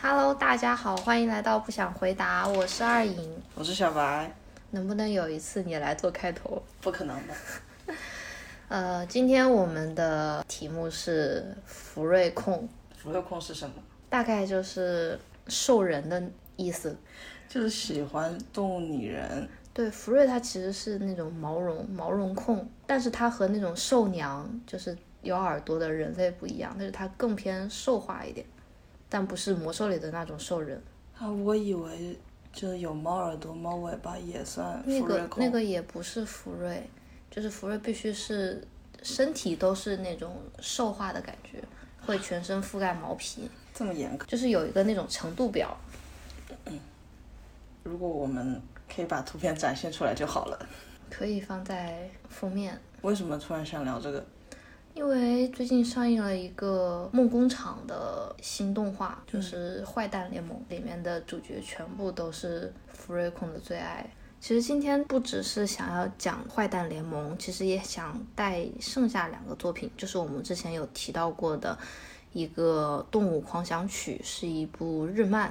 Hello，大家好，欢迎来到不想回答，我是二莹。我是小白，能不能有一次你来做开头？不可能的。呃，今天我们的题目是福瑞控，福瑞控是什么？大概就是兽人的意思。就是喜欢动物拟人，对，福瑞它其实是那种毛绒毛绒控，但是它和那种兽娘就是有耳朵的人类不一样，但是它更偏兽化一点，但不是魔兽里的那种兽人。啊，我以为就是有猫耳朵、猫尾巴也算那福瑞个控。那个也不是福瑞，就是福瑞必须是身体都是那种兽化的感觉，会全身覆盖毛皮，这么严格，就是有一个那种程度表。如果我们可以把图片展现出来就好了。可以放在封面，为什么突然想聊这个？因为最近上映了一个梦工厂的新动画，就是《坏蛋联盟》，里面的主角全部都是福瑞控的最爱。其实今天不只是想要讲《坏蛋联盟》，其实也想带剩下两个作品，就是我们之前有提到过的一个《动物狂想曲》，是一部日漫。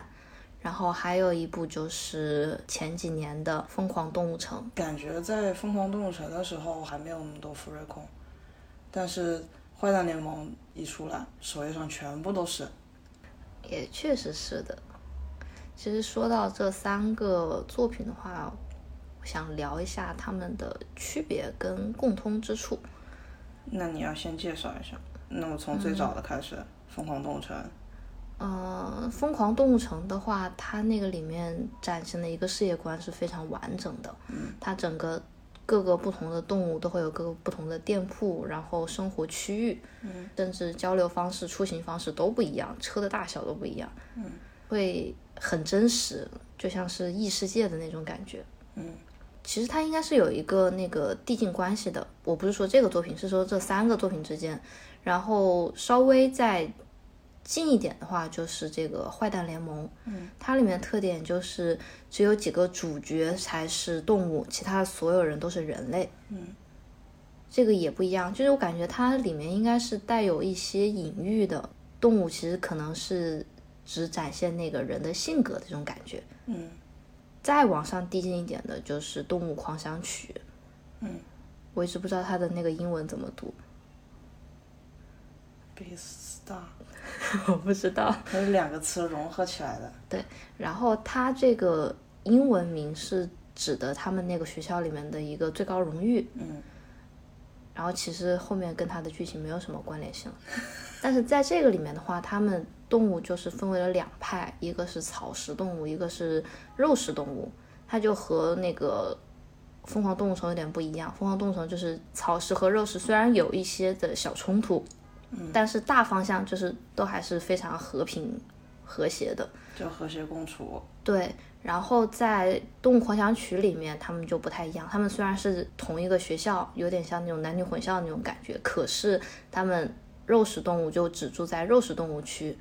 然后还有一部就是前几年的《疯狂动物城》，感觉在《疯狂动物城》的时候还没有那么多福瑞控，但是《坏蛋联盟》一出来，首页上全部都是。也确实是的。其实说到这三个作品的话，我想聊一下它们的区别跟共通之处。那你要先介绍一下。那我从最早的开嗯始，疯狂动物城》呃，《疯狂动物城》的话，它那个里面展现的一个世界观是非常完整的，它整个各个不同的动物都会有各个不同的店铺，然后生活区域，甚至交流方式、出行方式都不一样，车的大小都不一样，会很真实，就像是异世界的那种感觉。嗯，其实它应该是有一个那个递进关系的，我不是说这个作品，是说这三个作品之间，然后稍微再近一点的话，就是这个《坏蛋联盟》，嗯，它里面特点就是只有几个主角才是动物，其他所有人都是人类，嗯，这个也不一样。就是我感觉它里面应该是带有一些隐喻的，动物其实可能是只展现那个人的性格的这种感觉。嗯，再往上递进一点的就是《动物狂想曲》，嗯，我一直不知道它的那个英文怎么读， ，Be Star， 我不知道。它是两个词融合起来的。然后它这个英文名是指的他们那个学校里面的一个最高荣誉，嗯，然后其实后面跟它的剧情没有什么关联性了。 但是在这个里面的话，他们动物就是分为了两派，一个是草食动物，一个是肉食动物。它就和那个疯狂动物城有点不一样。疯狂动物城就是草食和肉食虽然有一些的小冲突，嗯、但是大方向就是都还是非常和平和谐的。就和谐共处。对，然后在《动物狂想曲》里面，他们就不太一样。他们虽然是同一个学校，有点像那种男女混校那种感觉，可是他们肉食动物就只住在肉食动物区，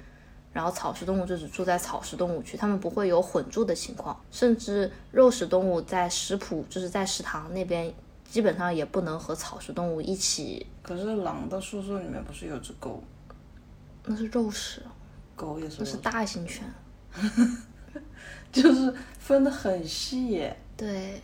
然后草食动物就只住在草食动物区，他们不会有混住的情况。甚至肉食动物在食谱，就是在食堂那边，基本上也不能和草食动物一起。可是狼的宿舍里面不是有只狗？那是肉食，狗也是那是大型犬。就是分得很细耶。对，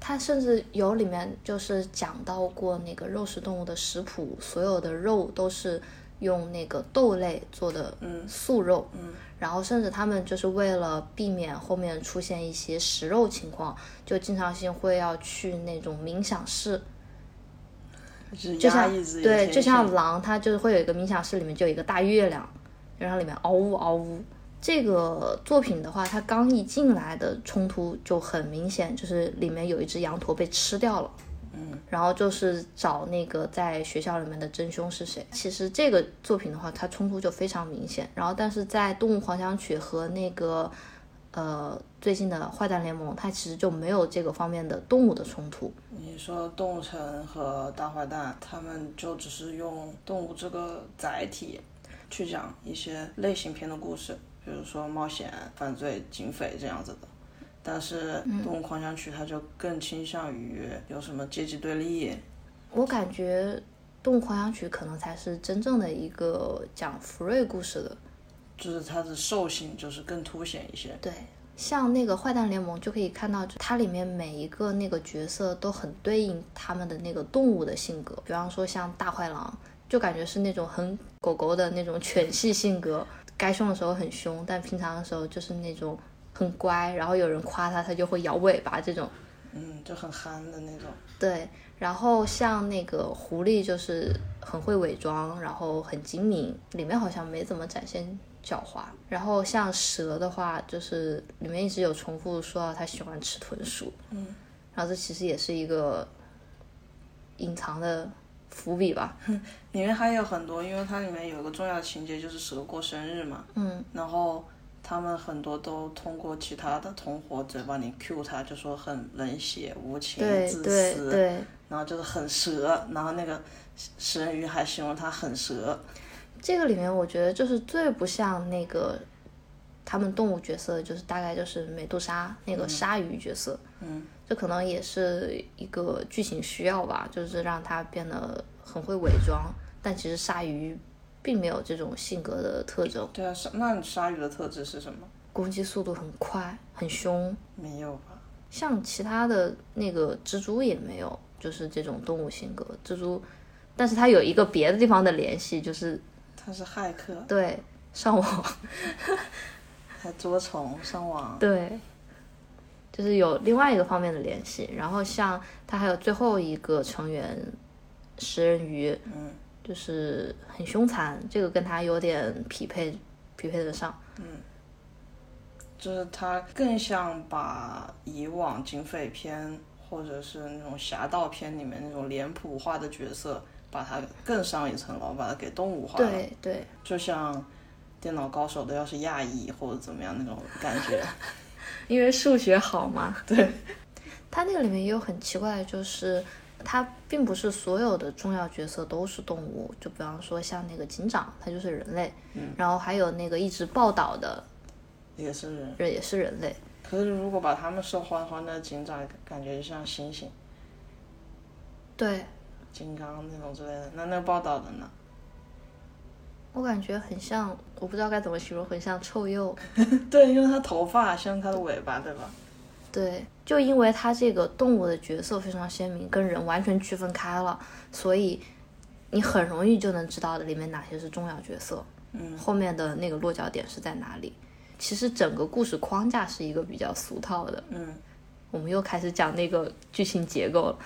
它甚至有里面就是讲到过那个肉食动物的食谱，所有的肉都是用那个豆类做的素肉，嗯，然后甚至他们就是为了避免后面出现一些食肉情况，就经常性会要去那种冥想室，就是就压像抑自己的对，天就像性狼，它就是会有一个冥想室，里面就有一个大月亮，然后里面嗷呜嗷呜。这个作品的话，它刚一进来的冲突就很明显，就是里面有一只羊驼被吃掉了。嗯，然后就是找那个在学校里面的真凶是谁。其实这个作品的话，它冲突就非常明显。然后，但是在《动物狂想曲》和那个呃最近的《坏蛋联盟》，它其实就没有这个方面的动物的冲突。你说动物城和大坏蛋，他们就只是用动物这个载体去讲一些类型片的故事，比如说冒险、犯罪、警匪这样子的。但是嗯《动物狂想曲》它就更倾向于有什么阶级对立，我感觉《动物狂想曲》可能才是真正的一个讲福瑞故事的，就是它的兽性就是更凸显一些。对，像那个《坏蛋联盟》就可以看到，它里面每一个那个角色都很对应他们的那个动物的性格，比方说像大坏狼，就感觉是那种很狗狗的那种犬系性格，该凶的时候很凶，但平常的时候就是那种很乖，然后有人夸它，它就会摇尾巴这种。嗯，就很憨的那种。对，然后像那个狐狸就是很会伪装，然后很精明，里面好像没怎么展现狡猾。然后像蛇的话，就是里面一直有重复说到它喜欢吃豚鼠，嗯，然后这其实也是一个隐藏的伏笔吧。里面还有很多，因为它里面有一个重要的情节就是蛇过生日嘛，嗯，然后他们很多都通过其他的同伙嘴巴里 Q 他，就说很冷血、无情、对自对私，对，然后就是很蛇，然后那个食人鱼还形容它很蛇，这个里面我觉得就是最不像那个他们动物角色，就是大概就是美杜莎那个鲨鱼角色。嗯，这可能也是一个剧情需要吧，就是让他变得很会伪装，但其实鲨鱼并没有这种性格的特征，对啊，鲨那鲨鱼的特质是什么？攻击速度很快，很凶，没有吧？像其他的那个蜘蛛也没有，就是这种动物性格。蜘蛛，但是它有一个别的地方的联系，就是它是骇客，对上网，还捉虫上网，对，就是有另外一个方面的联系。然后像它还有最后一个成员食人鱼，嗯就是很凶残，这个跟他有点匹配，匹配得上。嗯，就是它更像把以往警匪片或者是那种侠盗片里面那种脸谱化的角色，把它更上一层楼，把它给动物化了，对对，就像。电脑高手都要是亚裔或者怎么样那种感觉，因为数学好嘛。 对， 他那个里面也有很奇怪的，就是他并不是所有的重要角色都是动物，就比方说像那个警长，他就是人类，嗯然后还有那个一直报道的也是人。人也是人类。可是如果把他们说欢欢的警长，感觉就像猩猩、对金刚那种之类的。那那报道的呢？ 我感觉很像，我不知道该怎么形容，很像臭鼬。对，因为他头发像他的尾巴，对吧？对，就因为它这个动物的角色非常鲜明，跟人完全区分开了，所以你很容易就能知道里面哪些是重要角色，嗯，后面的那个落脚点是在哪里。其实整个故事框架是一个比较俗套的，嗯，我们又开始讲那个剧情结构了。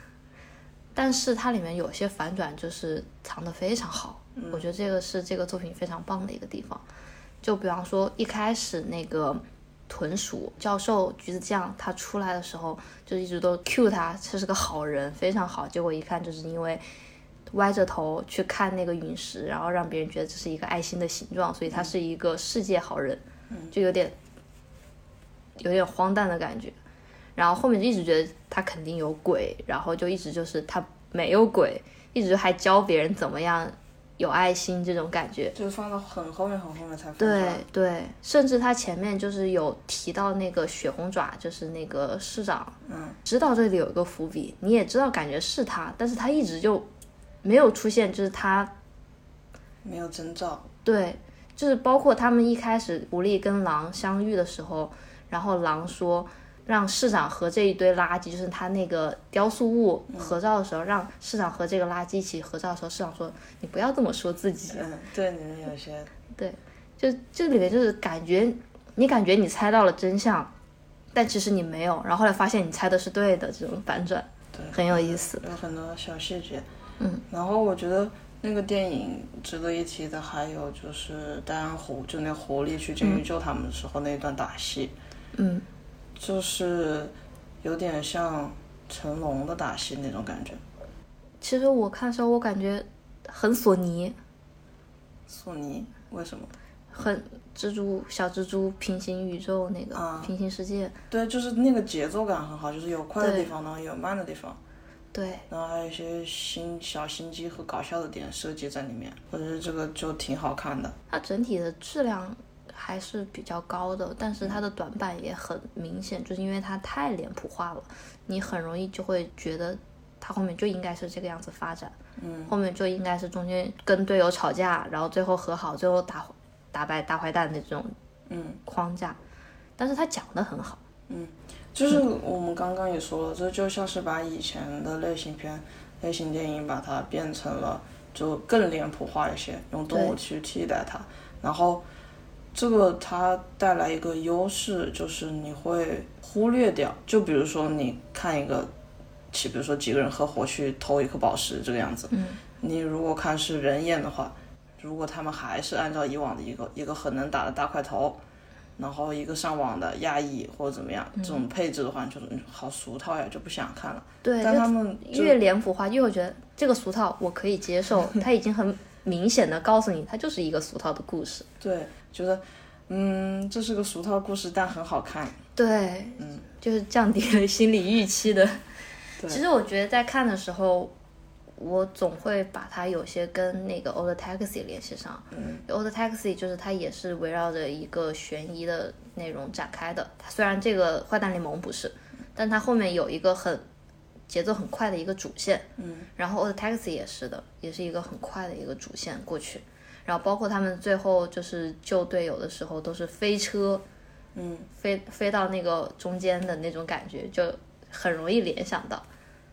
但是它里面有些反转就是藏得非常好，嗯我觉得这个是这个作品非常棒的一个地方。就比方说一开始那个豚鼠教授橘子酱他出来的时候，就一直都 cue 他，这是个好人，非常好。结果一看就是因为歪着头去看那个陨石，然后让别人觉得这是一个爱心的形状，所以他是一个世界好人，就有点有点荒诞的感觉。然后后面就一直觉得他肯定有鬼，然后就一直就是他没有鬼，一直还教别人怎么样有爱心这种感觉。嗯就是放到很后面、很后面才放出对来。对，甚至他前面就是有提到那个血红爪，就是那个市长，嗯，知道这里有一个伏笔，你也知道感觉是他，但是他一直就没有出现，就是他没有征兆。对，就是包括他们一开始狐狸跟狼相遇的时候，然后狼说让市长和这一堆垃圾，就是他那个雕塑物嗯合照的时候，让市长和这个垃圾一起合照的时候，市长说你不要这么说自己，嗯，对，里面 有些，就这里面就是感觉你感觉你猜到了真相，但其实你没有，然后后来发现你猜的是对的，这种反转对，很有意思。有很多小细节。嗯，然后我觉得那个电影值得一提的还有就是戴安狐，就那狐狸去监狱救他们的时候那一段打戏，嗯，就是有点像成龙的打戏那种感觉。其实我看的时候，我感觉很索尼，索尼为什么？很蜘蛛小蜘蛛平行宇宙那个、啊平行世界，对，就是那个节奏感很好，就是有快的对地方，然后也有慢的地方，对然后还有一些新小心机和搞笑的点设计在里面，我觉得这个就挺好看的。它整体的质量。还是比较高的，但是嗯它的短板也很明显，就是因为它太脸谱化了，你很容易就会觉得它后面就应该是这个样子发展。嗯，后面就应该是中间跟队友吵架，然后最后和好，最后打打败大坏蛋的这种嗯框架，但是他讲的很好，就是我们刚刚也说了，这就像是把以前的类型片、类型电影把它变成了就更脸谱化一些，用动物去替代它。然后这个它带来一个优势，就是你会忽略掉，就比如说你看一个，起比如说几个人合伙去偷一颗宝石这个样子，嗯你如果看是人演的话，如果他们还是按照以往的一个一个很能打的大块头，然后一个上网的亚裔或者怎么样这种配置的话，你就是嗯好俗套呀，就不想看了。对，但他们就越脸谱化，越会觉得这个俗套我可以接受，他已经很明显的告诉你，它就是一个俗套的故事。对觉得，嗯，这是个俗套故事，但很好看。对，嗯，就是降低了心理预期的。对其实我觉得在看的时候，我总会把它有些跟那个《Old Taxi》联系上。嗯， 《Old Taxi》就是它也是围绕着一个悬疑的内容展开的。它虽然这个《坏蛋联盟》不是，但它后面有一个很节奏很快的一个主线。嗯，然后《Old Taxi》也是的，也是一个很快的一个主线过去。然后包括他们最后就是救队友的时候，都是飞车，嗯，飞飞到那个中间的那种感觉，就很容易联想到。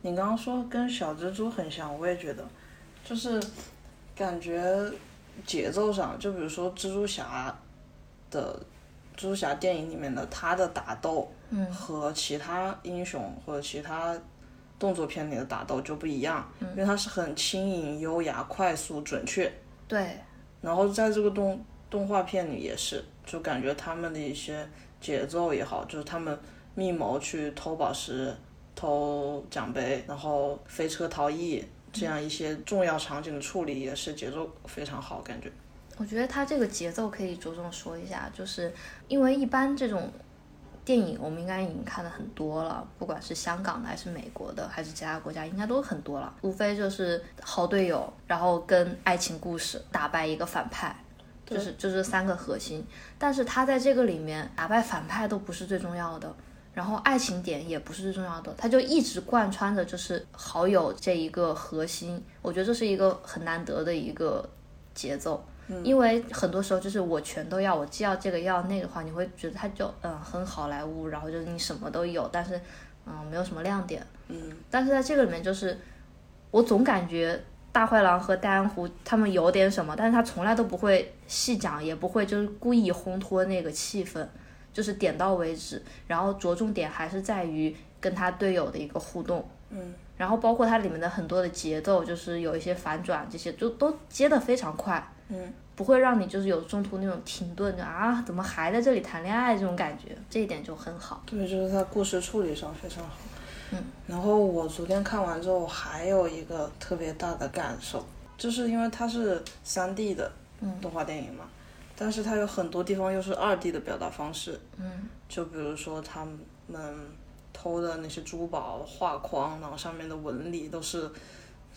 你刚刚说跟小蜘蛛很像，我也觉得，就是感觉节奏上，就比如说蜘蛛侠的蜘蛛侠电影里面的他的打斗，嗯和其他英雄或者其他动作片里的打斗就不一样，因为它是很轻盈、优雅、快速、准确。对，然后在这个动动画片里也是，就感觉他们的一些节奏也好，就是他们密谋去偷宝石、偷奖杯，然后飞车逃逸这样一些重要场景的处理也是节奏非常好，感觉。我觉得它这个节奏可以着重说一下，就是因为一般这种电影我们应该已经看的很多了，不管是香港的还是美国的还是其他国家，应该都很多了，无非就是好队友，然后跟爱情故事打败一个反派。就是就是三个核心，但是他在这个里面打败反派都不是最重要的，然后爱情点也不是最重要的，他就一直贯穿着就是好友这一个核心，我觉得这是一个很难得的一个节奏，嗯因为很多时候就是我全都要，我既要这个要那个的话，你会觉得它就嗯很好莱坞，然后就是你什么都有，但是嗯没有什么亮点。嗯，但是在这个里面，就是我总感觉大坏狼和戴安湖他们有点什么，但是他从来都不会细讲，也不会就是故意烘托那个气氛，就是点到为止，然后着重点还是在于跟他队友的一个互动。嗯，然后包括它里面的很多的节奏，就是有一些反转，这些就都接的非常快。嗯，不会让你就是有中途那种停顿，就啊怎么还在这里谈恋爱这种感觉，这一点就很好。对，就是在故事处理上非常好。嗯，然后我昨天看完之后，还有一个特别大的感受，就是因为它是三 D 的嗯动画电影嘛，但是它有很多地方又是二 D 的表达方式，嗯就比如说他们偷的那些珠宝画框，然后上面的纹理都是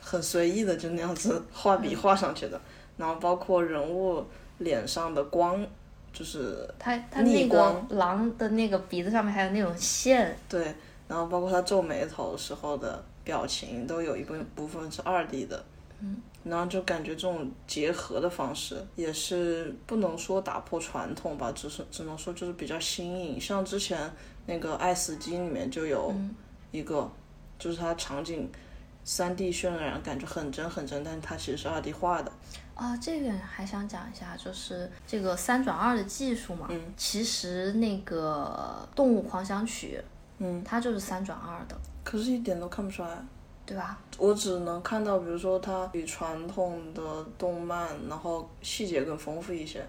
很随意的，就那样子画笔嗯画上去的，然后包括人物脸上的光，就是它它逆那个光狼的那个鼻子上面还有那种线，对，然后包括他皱眉头时候的表情，都有一部部分是二 D 的。嗯，然后就感觉这种结合的方式也是不能说打破传统吧，只是只能说就是比较新颖。像之前那个《爱死机》里面就有一个，就是它场景三 D 渲染，感觉很真很真，但是它其实是二 D 画的。啊、这个还想讲一下，就是这个三转二的技术嘛，嗯其实那个《动物狂想曲》，嗯，它就是三转二的，可是一点都看不出来。对吧？我只能看到，比如说它比传统的动漫，然后细节更丰富一些。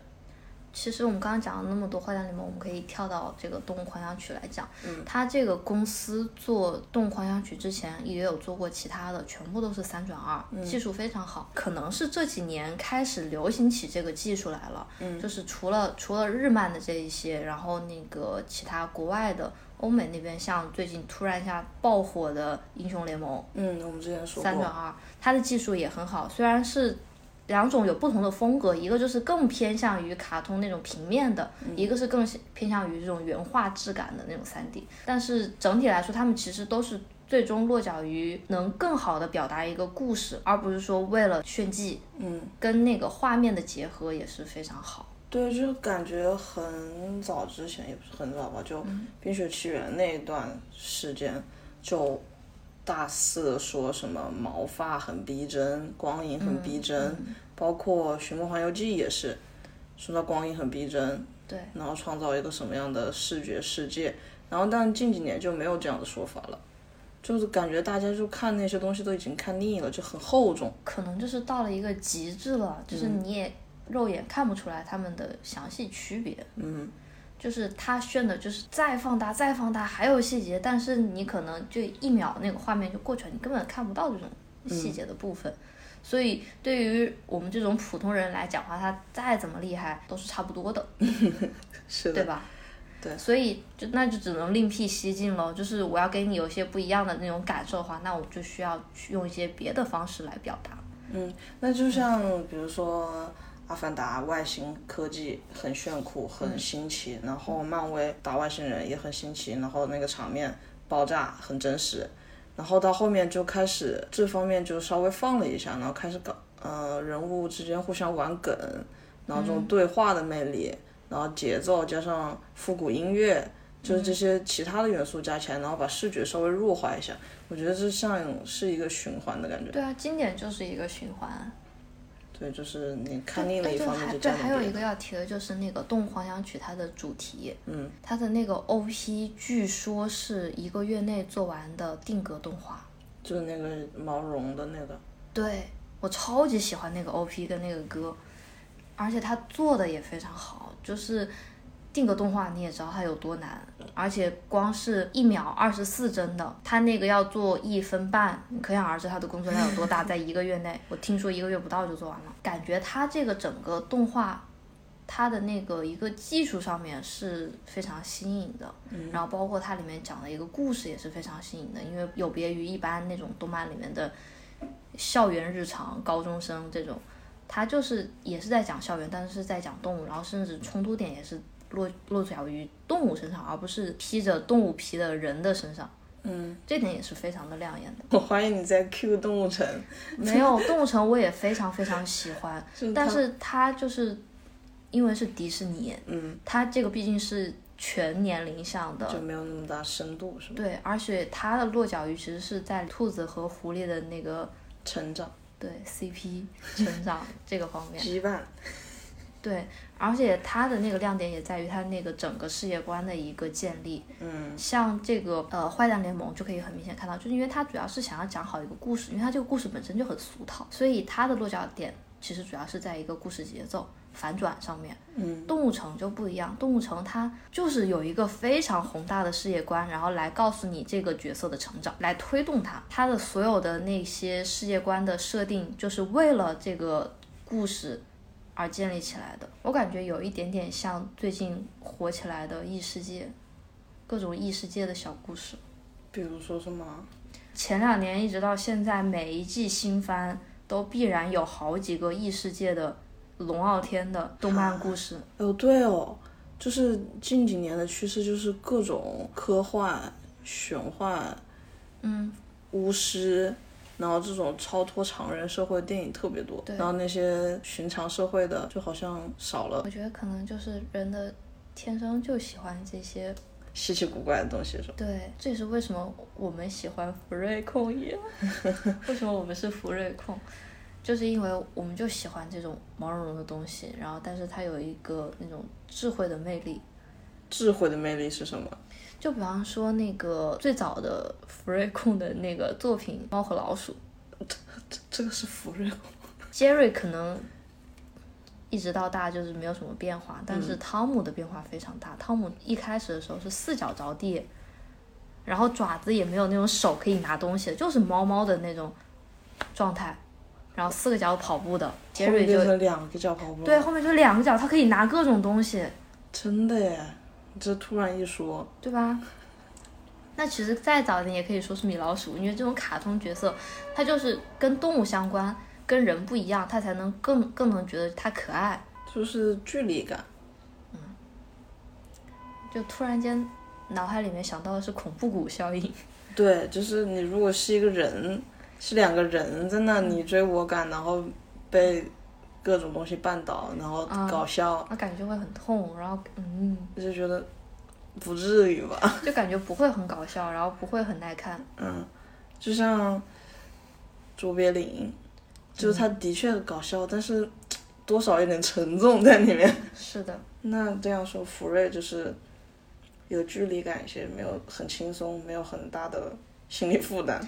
其实我们刚刚讲了那么多坏蛋联盟，我们可以跳到这个《动物狂想曲》来讲。嗯，它这个公司做《动物狂想曲》之前也有做过其他的，全部都是三转二，嗯技术非常好。可能是这几年开始流行起这个技术来了。嗯就是除了除了日漫的这一些，然后那个其他国外的欧美那边，像最近突然一下爆火的《英雄联盟》，嗯，我们之前说三转过，二，它的技术也很好，虽然是两种有不同的风格，一个就是更偏向于卡通那种平面的，嗯一个是更偏向于这种原画质感的那种三 D，但是整体来说，他们其实都是。最终落脚于能更好的表达一个故事，而不是说为了炫技，嗯，跟那个画面的结合也是非常好。对，就感觉很早之前，也不是很早吧，就《冰雪奇缘》那一段时间，就大肆地说什么毛发很逼真，光影很逼真，包括《寻梦环游记》也是，说到光影很逼真，对，然后创造一个什么样的视觉世界，然后但近几年就没有这样的说法了。就是感觉大家就看那些东西都已经看腻了，就很厚重。可能就是到了一个极致了，就是嗯你也肉眼看不出来他们的详细区别。嗯，就是他炫的，就是再放大、再放大，还有细节，但是你可能就一秒那个画面就过去了，你根本看不到这种嗯细节的部分。所以对于我们这种普通人来讲话，他再怎么厉害都是差不多的，是对的，吧？对所以就那就只能另辟蹊径喽。就是我要给你有一些不一样的那种感受的话，那我就需要去用一些别的方式来表达。那就像比如说《阿凡达》，外星科技很炫酷、很新奇，然后漫威打外星人也很新奇，然后那个场面爆炸很真实，然后到后面就开始这方面就稍微放了一下，然后开始搞呃人物之间互相玩梗，然后这种对话的魅力，然后节奏加上复古音乐。就是这些其他的元素加起来，然后把视觉稍微弱化一下，我觉得这像是一个循环的感觉。对啊，经典就是一个循环。对，就是你看腻了哎一对方面还就对，加还点有别一的。个要提的就是那个《动物狂想曲》它的主题，嗯，它的那个 OP 据说是一个月内做完的定格动画。就是那个毛绒的那个，对我超级喜欢那个 OP 跟那个歌，而且它做的也非常好，就是。定格动画你也知道它有多难，而且光是一秒二十四帧的，它那个要做一分半，你可想而知它的工作量有多大。在一个月内，我听说一个月不到就做完了，感觉它这个整个动画，它的那个一个技术上面是非常新颖的，然后包括它里面讲的一个故事也是非常新颖的，因为有别于一般那种动漫里面的校园日常、高中生这种。它就是也是在讲校园，但是是在讲动物，然后甚至冲突点也是落落脚于动物身上，而不是披着动物皮的人的身上。嗯，这点也是非常的亮眼的。我怀疑你在 Q 动物城，没有动物城我也非常非常喜欢，就是啊但它是它就是因为是迪士尼，嗯，它这个毕竟是全年龄向的，就没有那么大深度，是吗？对，而且它的落脚于其实是在兔子和狐狸的那个成长、对 CP 成长这个方面。羁绊，对，而且它的那个亮点也在于它那个整个世界观的一个建立。嗯，像这个呃坏蛋联盟就可以很明显看到，就是因为它主要是想要讲好一个故事，因为它这个故事本身就很俗套，所以它的落脚点其实主要是在一个故事节奏反转上面。嗯，动物城就不一样，动物城它就是有一个非常宏大的世界观，然后来告诉你这个角色的成长，来推动它。它的所有的那些世界观的设定，就是为了这个故事而建立起来的。我感觉有一点点像最近火起来的异世界，各种异世界的小故事。比如说什么？前两年一直到现在，每一季新番都必然有好几个异世界的龙傲天的动漫故事。哦，对哦，就是近几年的趋势就是各种科幻、玄幻、嗯，巫师。然后这种超脱常人社会的电影特别多，对然后那些寻常社会的就好像少了我觉得可能就是人的天生就喜欢这些。稀奇古怪的东西，是吧？对，这也是为什么我们喜欢福瑞控也，为什么我们是福瑞控，就是因为我们就喜欢这种毛茸茸的东西，然后但是它有一个那种智慧的魅力。智慧的魅力是什么？就比方说那个最早的福瑞控的那个作品《猫和老鼠》这这个是福瑞，Jerry 可能一直到大就是没有什么变化，但嗯是汤姆的变化非常大。汤姆一开始的时候是四脚着地，然后爪子也没有那种手可以拿东西，就是猫猫的那种状态，然后四个脚跑步的后面 Jerry 变就成两个脚跑步，对，，后面就两个脚，它可以拿各种东西，真的耶！你这突然一说，对吧？那其实再早一点也可以说是米老鼠，因为这种卡通角色，它就是跟动物相关，跟人不一样，它才能更更能觉得它可爱。就是距离感，就突然间脑海里面想到的是恐怖谷效应，对，就是你如果是一个人，是两个人在那你追我赶，然后被各种东西绊倒，然后啊搞笑，那感觉会很痛，然后嗯，我就觉得不至于吧。就感觉不会很搞笑，然后不会很耐看。嗯，就像卓别林，就是他的确搞笑，但是多少有点沉重在里面。是的，那这样说，福瑞就是有距离感一些，没有很轻松，没有很大的心理负担。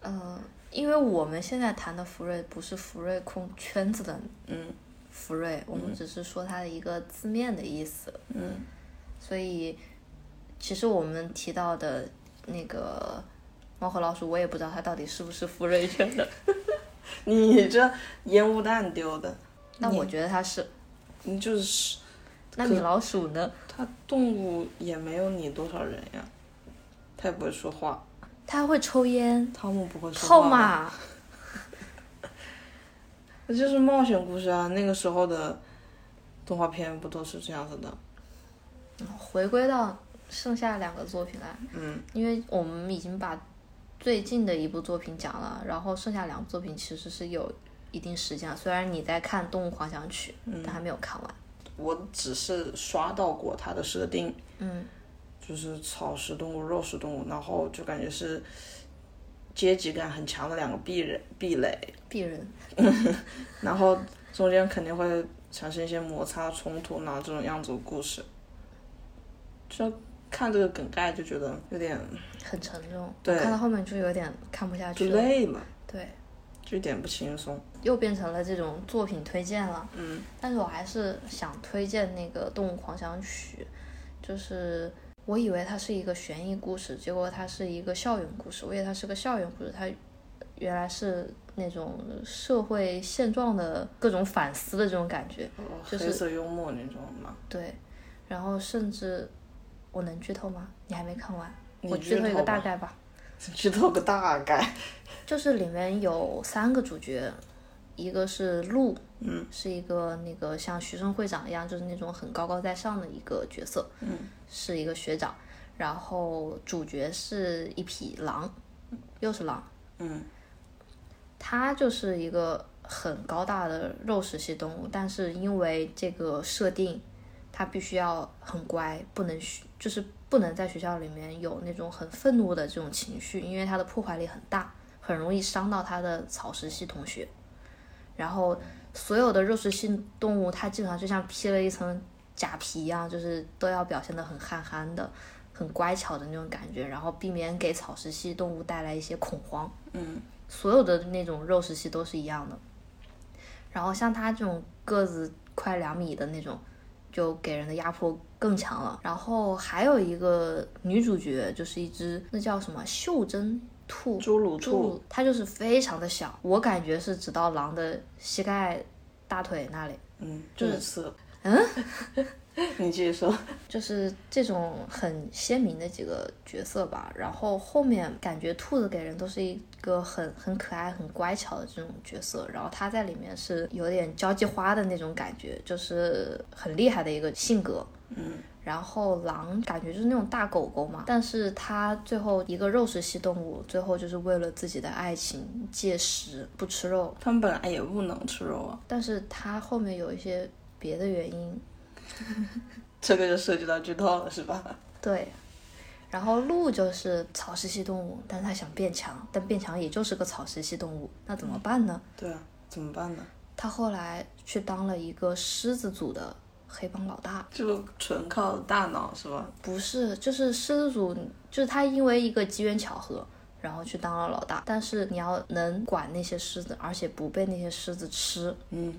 呃，因为我们现在谈的福瑞不是福瑞控圈子的嗯福瑞，我们只是说它的一个字面的意思。嗯所以，其实我们提到的那个猫和老鼠，我也不知道它到底是不是福瑞圈的，你这烟雾弹丢的，但我觉得它是。你就是那米老鼠呢？他动物也没有你多少人呀，他也不会说话，它会抽烟，汤姆不会说套话吗，嘛，那就是冒险故事啊。那个时候的动画片不都是这样子的？回归到剩下两个作品来，嗯，因为我们已经把最近的一部作品讲了，然后剩下两部作品其实是有一定时间了。虽然你在看《动物狂想曲》，嗯但还没有看完。我只是刷到过它的设定，嗯，就是草食动物、肉食动物，然后就感觉是阶级感很强的两个壁垒壁垒，鄙人，然后中间肯定会产生一些摩擦冲突，然后这种样子的故事，就看这个梗概就觉得有点很沉重，对看到后面就有点看不下就去了。累了，对，就有点不轻松。又变成了这种作品推荐了。嗯，但是我还是想推荐那个《动物狂想曲》，就是我以为它是一个悬疑故事，结果它是一个校园故事。我以为它是个校园故事，它原来是那种社会现状的各种反思的这种感觉。哦就是黑色幽默那种嘛。对，然后甚至我能剧透吗？你还没看完，你我剧透一透个 大吧，概吧。剧透个大概。就是里面有三个主角，一个是鹿，嗯，是一个那个像学生会长一样，就是那种很高高在上的一个角色，嗯，是一个学长。然后主角是一匹狼，又是狼，嗯它就是一个很高大的肉食系动物，但是因为这个设定，它必须要很乖，不能学就是不能在学校里面有那种很愤怒的这种情绪，因为它的破坏力很大，很容易伤到它的草食系同学。然后所有的肉食性动物，它基本上就像披了一层假皮一样，就是都要表现得很憨憨的、很乖巧的那种感觉，然后避免给草食系动物带来一些恐慌。嗯所有的那种肉食系都是一样的。然后像它这种个子快两米的那种，就给人的压迫更强了。然后还有一个女主角，就是一只那叫什么袖珍兔，侏儒侏兔儒，它就是非常的小，我感觉是只到狼的膝盖、大腿那里。嗯，就是色。嗯， 你继续说。就是这种很鲜明的几个角色吧。然后后面感觉兔子给人都是一个很很可爱、很乖巧的这种角色，然后它在里面是有点交际花的那种感觉，就是很厉害的一个性格。嗯然后狼感觉就是那种大狗狗嘛，但是它最后一个肉食系动物，最后就是为了自己的爱情戒食不吃肉，他们本来也不能吃肉啊，哦但是它后面有一些别的原因，这个就涉及到剧透了，是吧？对，然后鹿就是草食系动物，但是它想变强，但变强也就是个草食系动物，那怎么办呢？对啊，怎么办呢？它后来去当了一个狮子组的黑帮老大，就纯靠大脑是吧？不是，就是狮子组，就是他因为一个机缘巧合。然后去当了老大，但是你要能管那些狮子，而且不被那些狮子吃。嗯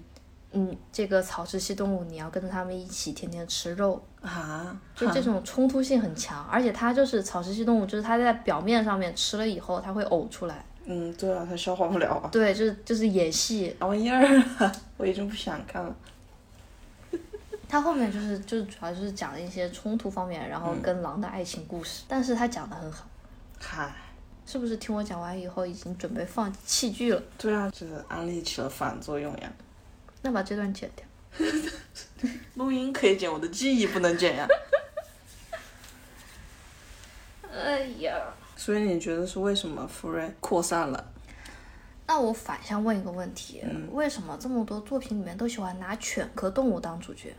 嗯，这个草食系动物，你要跟着它们一起天天吃肉，啊，就这种冲突性很强，而且它就是草食系动物，就是它在表面上面吃了以后，它会呕出来。嗯，对啊，他消化不了啊。对，就是就是演戏，啥玩意儿啊？我已经不想看了。它后面就是就是主要就是讲一些冲突方面，然后跟狼的爱情故事，但是它讲的很好，嗨，是不是？听我讲完以后，已经准备放弃剧了，对啊，这个安利起了反作用呀。那把这段剪掉。录音可以剪，我的记忆不能剪呀。哎呀，所以你觉得是为什么福瑞扩散了？那我反向问一个问题：为什么这么多作品里面都喜欢拿犬科动物当主角？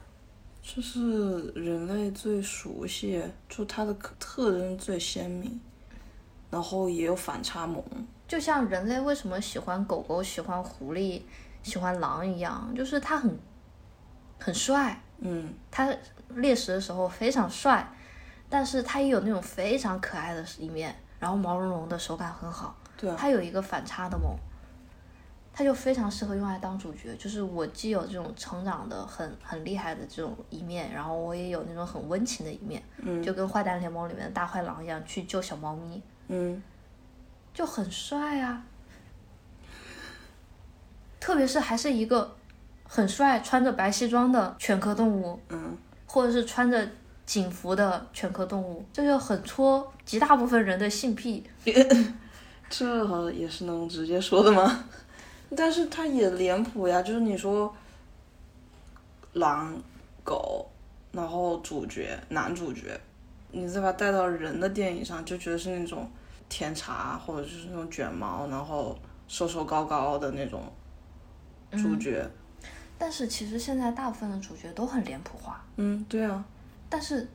这是人类最熟悉，就它的特特征最鲜明，然后也有反差萌。就像人类为什么喜欢狗狗、喜欢狐狸、喜欢狼一样，就是它很很帅，嗯，它猎食的时候非常帅，但是它也有那种非常可爱的一面，然后毛茸茸的手感很好，对啊，它有一个反差的萌，它就非常适合用来当主角。就是我既有这种成长的很很厉害的这种一面，然后我也有那种很温情的一面，嗯就跟《坏蛋联盟》里面的大坏狼一样，去救小猫咪，嗯，就很帅啊。特别是还是一个很帅、穿着白西装的犬科动物，嗯，或者是穿着警服的犬科动物，这就很戳极大部分人的性癖。这好像也是能直接说的吗？ 但是它也脸谱呀，就是你说狼、狗，然后主角、男主角，你再把它带到人的电影上，就觉得是那种甜茶或者就是那种卷毛，然后瘦瘦高高的那种主角。但是其实现在大部分的主角都很脸谱化，嗯，对啊，但是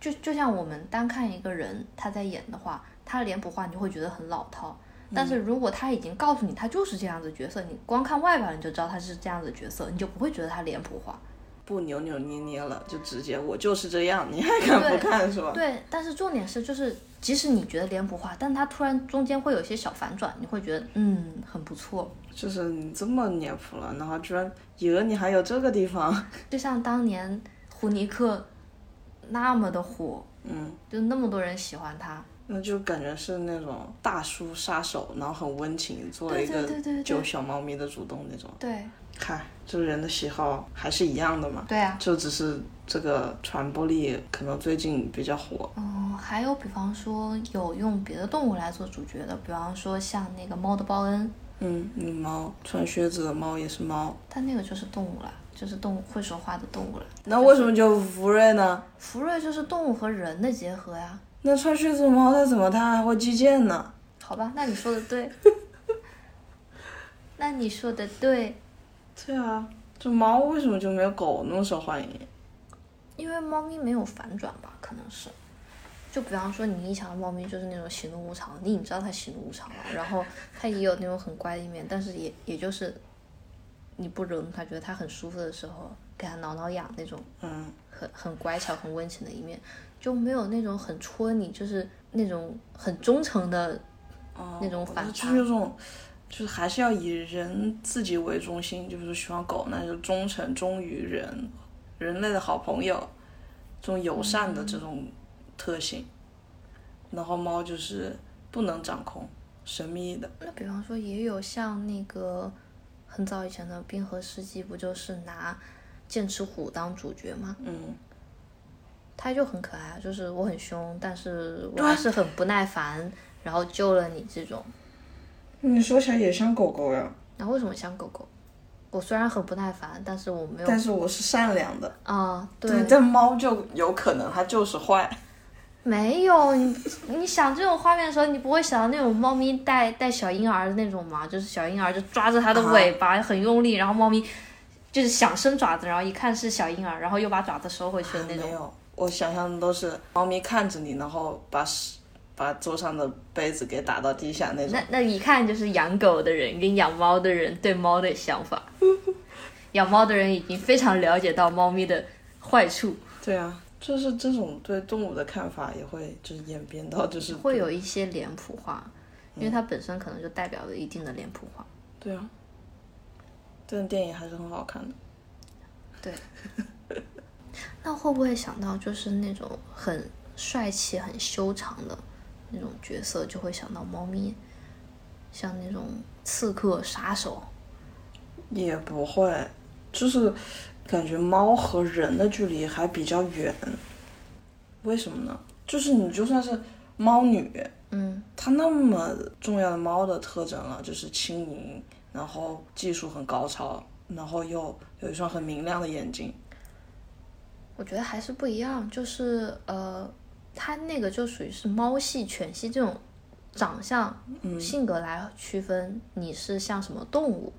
就就像我们单看一个人他在演的话，他脸谱化你就会觉得很老套。但是如果他已经告诉你他就是这样子的角色，你光看外表你就知道他是这样子的角色，你就不会觉得他脸谱化。不扭扭捏捏了，就直接我就是这样，你还敢不看是吧？对，但是重点是，就是即使你觉得脸谱化，但他突然中间会有一些小反转，你会觉得嗯很不错。就是你这么脸谱了，然后居然以为你还有这个地方， 就像当年胡尼克那么的火，嗯，就那么多人喜欢他，那就感觉是那种大叔杀手，然后很温情，做了对一对个对对救对小猫咪的主动那种。对看，这人的喜好还是一样的嘛，对啊。就只是这个传播力可能最近比较火。嗯，还有比方说有用别的动物来做主角的，比方说像那个猫的报恩，嗯，嗯猫穿靴子的猫也是猫，它那个就是动物了，就是动物会说话的动物了。那为什么叫福瑞呢？福瑞就是动物和人的结合呀。那穿靴子的猫它怎么它还会击剑呢？好吧，那你说的对，那你说的对，对啊，这猫为什么就没有狗那么受欢迎？因为猫咪没有反转吧，可能是。就比方说，你一想到猫咪就是那种喜怒无常，你已经知道它喜怒无常了，然后它也有那种很乖的一面，但是也也就是你不惹怒它，觉得它很舒服的时候，给它挠挠痒那种嗯，很很乖巧、很温情的一面，就没有那种很戳你，就是那种很忠诚的哦那种反我差就是这种，就是还是要以人自己为中心，就比如说喜欢狗，那就忠诚、忠于人，人类的好朋友，这种友善的这种特性。然后猫就是不能掌控，神秘的。那比方说，也有像那个很早以前的《冰河世纪》，不就是拿剑齿虎当主角吗？嗯，它就很可爱啊，就是我很凶，但是我还是很不耐烦，然后救了你这种。你说起来也像狗狗呀，那为什么像狗狗？我虽然很不耐烦，但是我没有但是我是善良的。啊，但猫就有可能它就是坏。没有你，你想这种画面的时候，你不会想到那种猫咪带带小婴儿的那种嘛？就是小婴儿就抓着它的尾巴、啊很用力，然后猫咪就是想伸爪子，然后一看是小婴儿，然后又把爪子收回去的那啊没种。有，我想象的都是猫咪看着你，然后把把桌上的杯子给打到地下那种。那那一看就是养狗的人跟养猫的人对猫的想法。 养猫的人已经非常了解到猫咪的坏处，对啊，就是这种对动物的看法也会就是演变到就是会有一些脸谱化，因为它本身可能就代表了一定的脸谱化。对啊，这种电影还是很好看的。那会不会想到就是那种很帅气、很修长的那种角色，就会想到猫咪，像那种刺客、杀手，也不会，就是感觉猫和人的距离还比较远。为什么呢？就是你就算是猫女，嗯，它那么重要的猫的特征了，就是轻盈，然后技术很高超，然后又有一双很明亮的眼睛。我觉得还是不一样，就是呃，它那个就属于是猫系、犬系这种长相、性格来区分你是像什么动物。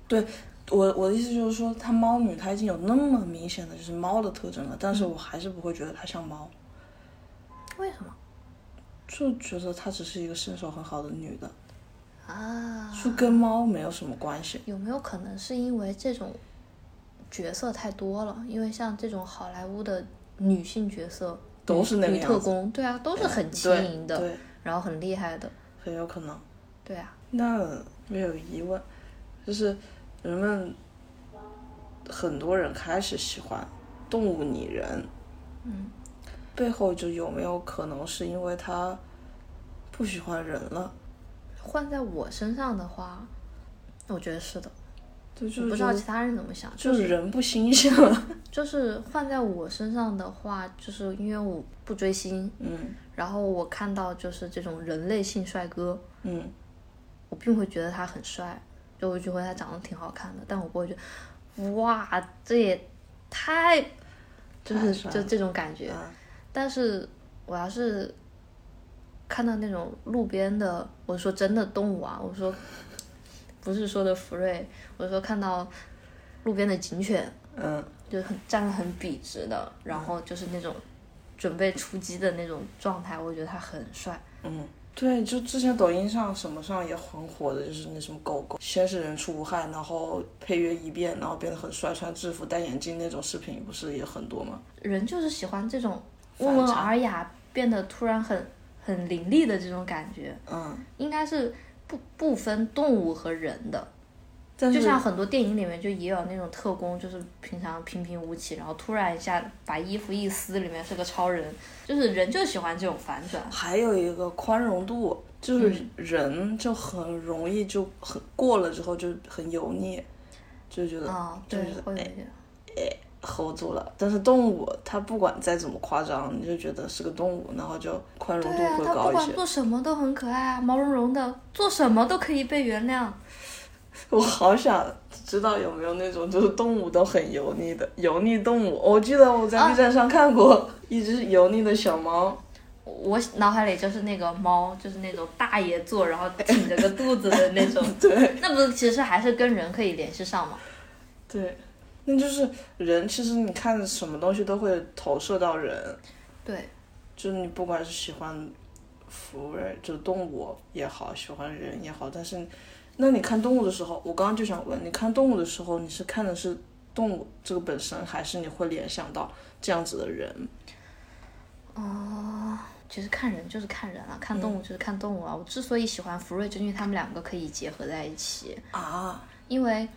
我我的意思就是说，它猫女它已经有那么明显的就是猫的特征了，但是嗯我还是不会觉得它像猫，为什么就觉得它只是一个身手很好的女的，啊？就跟猫没有什么关系。有没有可能是因为这种角色太多了？因为像这种好莱坞的女性角色都是那个嗯女样特工，对啊，都是很轻对盈的，对，然后很厉害的，很有可能。对啊，那我有疑问，就是人们很多人开始喜欢动物拟人，嗯，背后就有没有可能是因为他不喜欢人了？换在我身上的话，我觉得是的。对，就我是不知道其他人怎么想，就是人不新鲜了。 就是换在我身上的话，就是因为我不追星，嗯然后我看到就是这种人类性帅哥，嗯，我并不会觉得他很帅，就我就会觉得他长得挺好看的，但我不会觉得，哇，这也太，就太是帅就这种感觉。啊但是我要是看到那种路边的，我说真的动物啊，我说不是说的福瑞，我说看到路边的警犬，嗯，就是很站得很笔直的，然后就是那种准备出击的那种状态，我觉得他很帅。嗯对，就之前抖音上什么上也很火的，就是那什么狗狗，先是人畜无害，然后配乐一变，然后变得很帅，穿制服、戴眼镜那种视频，不是也很多吗？人就是喜欢这种温文尔雅，变得突然很很凌厉的这种感觉，嗯，应该是不不分动物和人的。但就是像很多电影里面就也有那种特工，就是平常平平无奇，然后突然一下把衣服一撕，里面是个超人，就是人就喜欢这嗯种反转。还有一个宽容度，就是人就很容易就很过了之后就很油腻，就觉得啊、就对是，哎会有一点。 hold 住了。但是动物它不管再怎么夸张，你就觉得是个动物，然后就宽容度对啊，会他不高一管些。做什么都很可爱啊，毛茸茸的，做什么都可以被原谅。我好想知道有没有那种就是动物都很油腻的油腻动物。我记得我在啊 B 站上看过、一只油腻的小猫，我脑海里就是那个猫，就是那种大爷座，然后挺着个肚子的那种。 对那不是其实还是跟人可以联系上吗？对，那就是人。其实你看什么东西都会投射到人。对，就是你不管是喜欢福瑞，就是动物也好，喜欢人也好，但是，那你看动物的时候，我刚刚就想问，你看动物的时候，你是看的是动物这个本身，还是你会联想到这样子的人？其实看人哦就是看人啊，看动物就是看动物啊。我之所以喜欢福瑞，就因为他们两个可以结合在一起。啊，因为，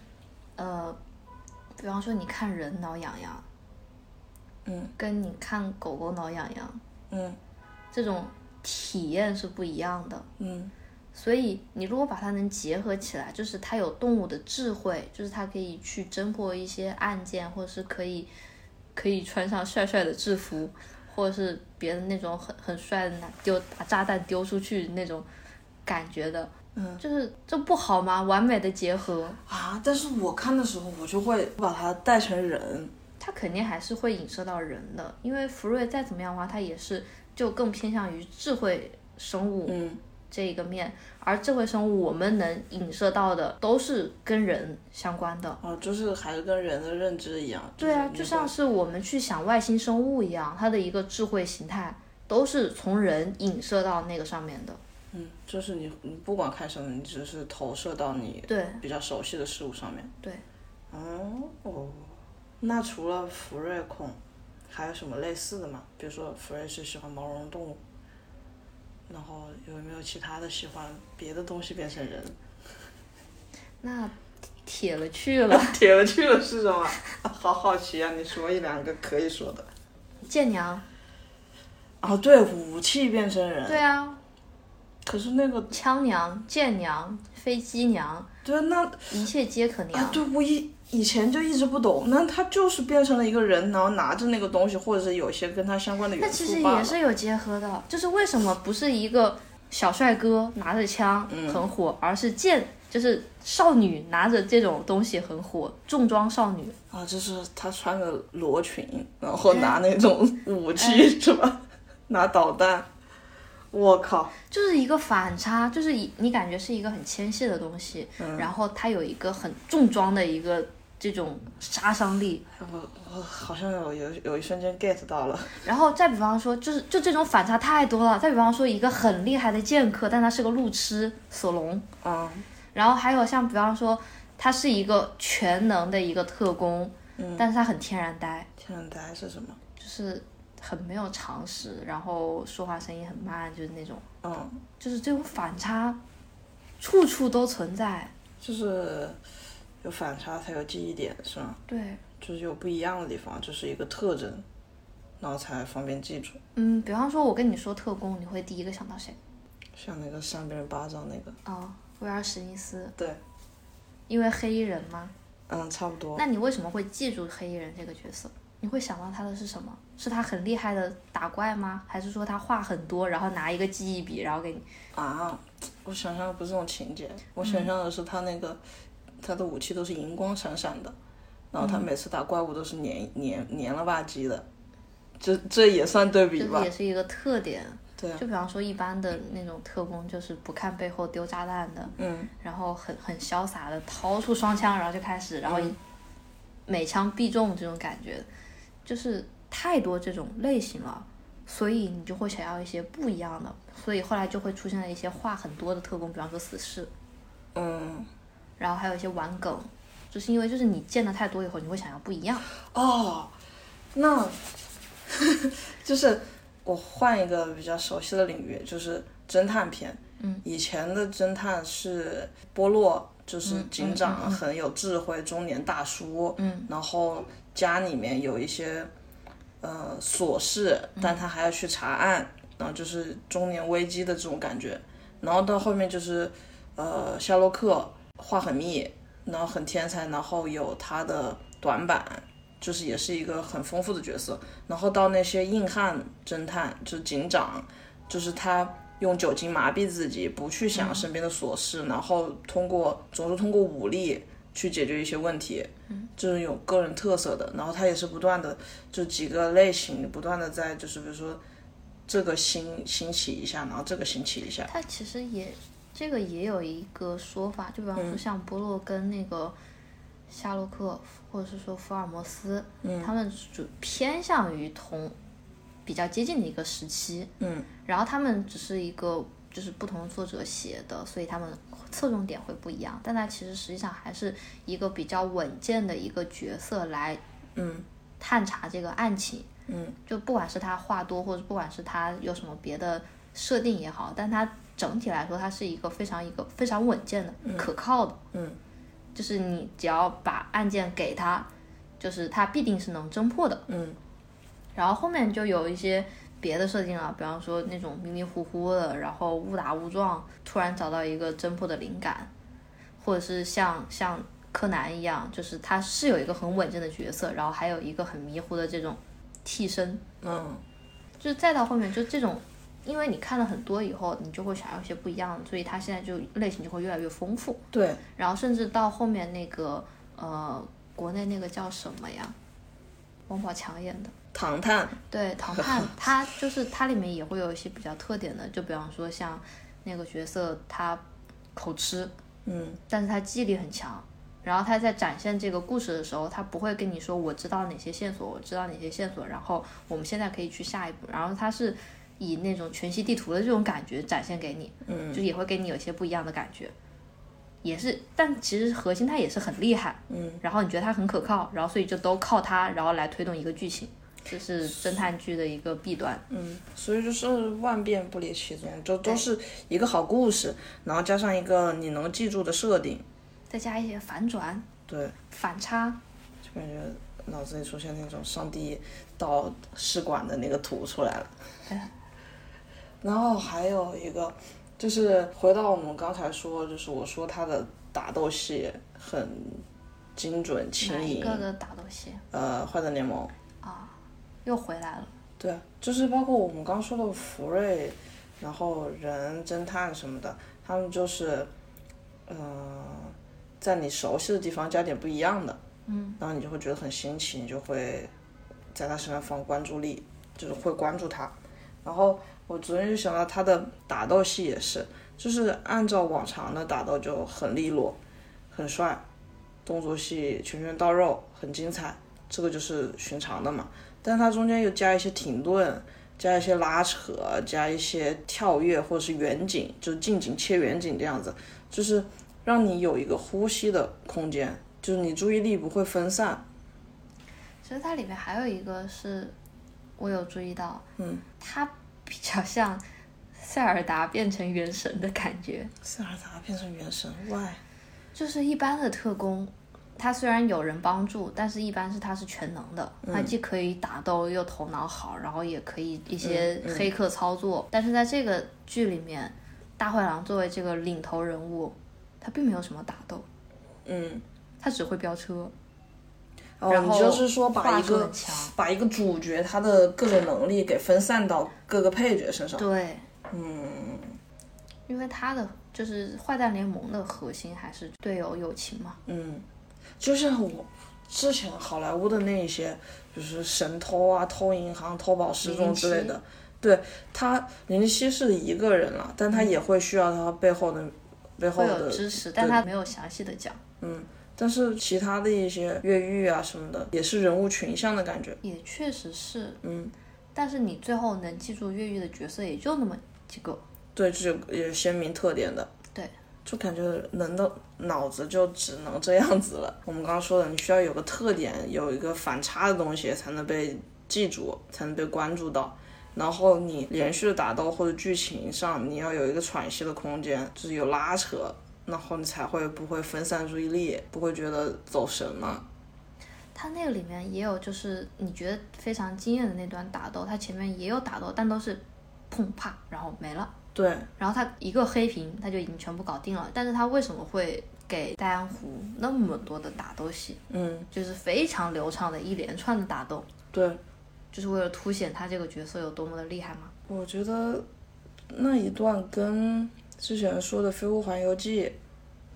呃，比方说你看人挠痒痒，嗯，跟你看狗狗挠痒痒，嗯，这种体验是不一样的。嗯，所以你如果把它能结合起来，就是它有动物的智慧，就是它可以去侦破一些案件，或者是可以可以穿上帅帅的制服，或者是别的那种很很帅的拿丢把炸弹丢出去那种感觉的，嗯，就是这不好吗？完美的结合，啊，但是我看的时候，我就会把它带成人，它肯定还是会影射到人的，因为福瑞再怎么样的话，它也是就更偏向于智慧生物嗯，这一个面，而智慧生物我们能影射到的都是跟人相关的。哦、就是还是跟人的认知一样，对啊，是就你像是我们去想外星生物一样，它的一个智慧形态都是从人影射到那个上面的。嗯，就是你你不管看什么，你只是投射到你对，比较熟悉的事物上面。对。哦，那除了福瑞控，还有什么类似的吗？比如说福瑞是喜欢毛茸动物，然后有没有其他的喜欢别的东西变成人？那铁了去了。铁了 去了是什么？ 好好奇啊！你说一两个可以说的。舰娘，哦，对，武器变成人。对啊，可是那个，枪娘、舰娘、飞机娘，对，那一切皆可啊，娘。对我以以前就一直不懂，那他就是变成了一个人，然后拿着那个东西，或者是有一些跟他相关的那元其实素罢也了。是有结合的，就是为什么不是一个小帅哥拿着枪很火，而是剑就是少女拿着这种东西很火，重装少女。啊，就是她穿个罗裙，然后拿那种武器、是吧？拿导弹，我靠，就是一个反差，就是一你感觉是一个很纤细的东西，然后它有一个很重装的一个这种杀伤力，我我好像有有有一瞬间 get 到了，然后再比方说，就是就这种反差太多了。再比方说，一个很厉害的剑客，但他是个路痴索隆，嗯然后还有像比方说，他是一个全能的一个特工，嗯，但是他很天然呆，天然呆是什么？就是很没有常识，然后说话声音很慢，就是那种，嗯，就是这种反差，处处都存在。就是有反差才有记忆点，是吗？对，就是有不一样的地方，这、是一个特征，然后才方便记住。嗯，比方说，我跟你说特工，你会第一个想到谁？像那个扇别人巴掌那个，哦，威尔史密斯，对，因为黑衣人吗？嗯，差不多。那你为什么会记住黑衣人这个角色？你会想到他的是什么？是他很厉害的打怪吗？还是说他话很多，然后拿一个记忆笔，然后给你？啊，我想象的不是这种情节，我想象的是他那个、他的武器都是银光闪闪的，然后他每次打怪物都是黏黏黏了吧唧的，这这也算对比这吧？个也是一个特点。对啊就比方说一般的那种特工，就是不看背后丢炸弹的，嗯，然后很很潇洒的掏出双枪，然后就开始，然后嗯每枪必中这种感觉，就是太多这种类型了，所以你就会想要一些不一样的，所以后来就会出现了一些话很多的特工，比方说死侍，嗯，然后还有一些玩梗，就是因为就是你见的太多以后，你会想要不一样。哦，那就是我换一个比较熟悉的领域，就是侦探片。嗯，以前的侦探是波洛，就是警长、很有智慧，中年大叔。嗯，然后家里面有一些呃琐事，但他还要去查案，然后就是中年危机的这种感觉。然后到后面就是呃夏洛克话很密，然后很天才，然后有他的短板，就是也是一个很丰富的角色。然后到那些硬汉侦探，就是警长，就是他用酒精麻痹自己，不去想身边的琐事，然后通过总是通过武力去解决一些问题，就是有个人特色的。然后他也是不断的就几个类型不断的在就是比如说。这个兴兴起一下，然后这个兴起一下，它其实也这个也有一个说法，就比方嗯说像波洛跟那个夏洛克，或者是说福尔摩斯，嗯他们主偏向于同比较接近的一个时期，嗯，然后他们只是一个就是不同作者写的，所以他们侧重点会不一样，但它其实实际上还是一个比较稳健的一个角色来嗯探查这个案情。嗯，就不管是他话多，或者不管是他有什么别的设定也好，但他整体来说，他是一个非常一个非常稳健的、可靠的。嗯，就是你只要把案件给他，就是他必定是能侦破的。嗯然后后面就有一些别的设定了，比方说那种迷迷糊糊的，然后误打误撞突然找到一个侦破的灵感，或者是像像柯南一样，就是他是有一个很稳健的角色，然后还有一个很迷糊的这种替身。嗯就是再到后面，就这种，因为你看了很多以后，你就会想要一些不一样的，所以它现在就类型就会越来越丰富。，对，然后甚至到后面那个呃，国内那个叫什么呀？王宝强演的，唐探， 对，唐探，它就是它里面也会有一些比较特点的，就比方说像那个角色他口吃，嗯但是他记忆力很强。然后他在展现这个故事的时候，他不会跟你说我知道哪些线索，我知道哪些线索，然后我们现在可以去下一步。然后他是以那种全息地图的这种感觉展现给你，嗯，就也会给你有一些不一样的感觉。也是，但其实核心他也是很厉害，嗯，然后你觉得他很可靠，然后所以就都靠他，然后来推动一个剧情，这是侦探剧的一个弊端。嗯，所以就是万变不离其宗，就都是一个好故事，然后加上一个你能记住的设定，再加一些反转、对，反差，就感觉脑子里出现那种上帝到试管的那个图出来了。哎然后还有一个就是回到我们刚才说，就是我说他的打斗戏很精准哪轻一盈，个的打斗戏呃，坏蛋联盟。啊，又回来了。对啊，就是包括我们刚说的福瑞，然后人侦探什么的，他们就是，呃，在你熟悉的地方加点不一样的，嗯，然后你就会觉得很新奇，你就会在他身上放关注力，就是会关注他。然后我昨天就想到他的打斗戏也是，就是按照往常的打斗就很利落，很帅，动作戏拳拳到肉，很精彩，这个就是寻常的嘛。但它中间又加一些停顿，加一些拉扯，加一些跳跃或者是远景，就是近景切远景这样子，就是让你有一个呼吸的空间，就是你注意力不会分散。其实它里面还有一个是，我有注意到，嗯，它比较像塞尔达变成元神的感觉，塞尔达变成原神，why？就是一般的特工，他虽然有人帮助，但是一般是他是全能的，嗯他既可以打斗又头脑好，然后也可以一些嗯黑客操作。但是在这个剧里面，大灰狼作为这个领头人物，他并没有什么打斗，嗯，他只会飙车，哦，然你后就是说把话一术个很强把一个主角他的各种能力给分散到各个配角身上。对，嗯，因为他的就是坏蛋联盟的核心还是队友友情嘛。嗯，就像我之前好莱坞的那一些，就是神偷啊、偷银行、偷宝石这种之类零的。对他，林夕是一个人了，但他也会需要他背后的背后会有的支持，但他没有详细的讲，但是其他的一些越狱啊什么的，也是人物群像的感觉。也确实是，嗯，但是你最后能记住越狱的角色也就那么几个，对，这有也有鲜明特点的。对，就感觉人的脑子就只能这样子了。我们刚刚说的，你需要有个特点，有一个反差的东西才能被记住，才能被关注到。然后你连续的打斗或者剧情上，你要有一个喘息的空间，就是有拉扯，然后你才会不会分散注意力，不会觉得走神了。它那个里面也有，就是你觉得非常惊艳的那段打斗，它前面也有打斗，但都是砰啪，然后没了。对，然后它一个黑屏，它就已经全部搞定了。但是它为什么会给戴安湖那么多的打斗戏，嗯，就是非常流畅的一连串的打斗，对，就是为了凸显他这个角色有多么的厉害吗？我觉得那一段跟之前说的《飞屋环游记》，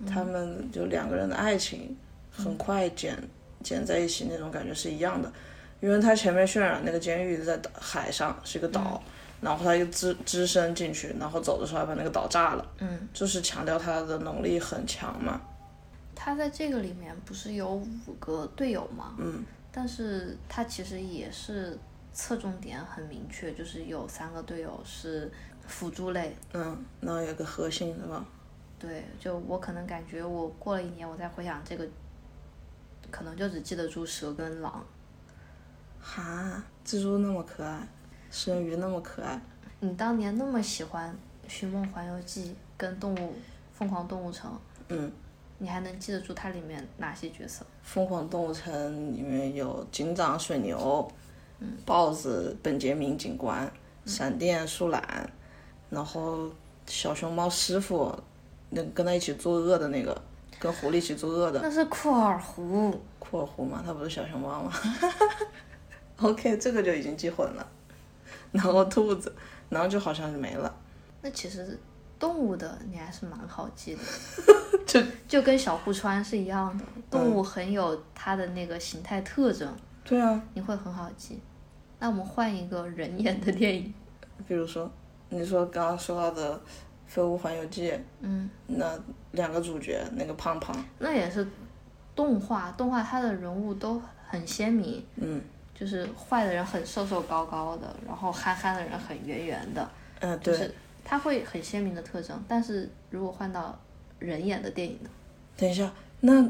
他们就两个人的爱情很快剪剪在一起那种感觉是一样的，因为他前面渲染那个监狱在岛海上是一个岛，然后他又只只身进去，然后走的时候还把那个岛炸了，嗯，就是强调他的能力很强嘛，他在这个里面不是有五个队友吗？嗯，但是他其实也是侧重点很明确，就是有三个队友是辅助类。嗯，然后有个核心是吧？对，就我可能感觉我过了一年，我再回想这个，可能就只记得住蛇跟狼。哈，蜘蛛那么可爱，食人鱼那么可爱，你当年那么喜欢《寻梦环游记》跟《动物疯狂动物城》，嗯。你还能记得住它里面哪些角色？ 《疯狂动物城》里面有警长水牛，豹子本杰明警官，闪电树懒，然后小熊猫师傅，那跟他一起作恶的那个，跟狐狸一起作恶的那是库尔 狐。库尔狐嘛，他不是小熊猫吗 ？OK，这个就已经记混了。然后兔子，然后就好像没了，那其实动物的你还是蛮好记的， 就 嗯就跟小户川是一样的，动物很有它的那个形态特征，对啊，你会很好记。那我们换一个人演的电影，比如说你说刚刚说到的《飞屋环游记》，嗯，那两个主角，那个胖胖，那也是动画，动画它的人物都很鲜明，嗯。就是坏的人很瘦瘦高高的，然后憨憨的人很圆圆的，嗯、对就，是它会很鲜明的特征。但是如果换到人演的电影呢？等一下，那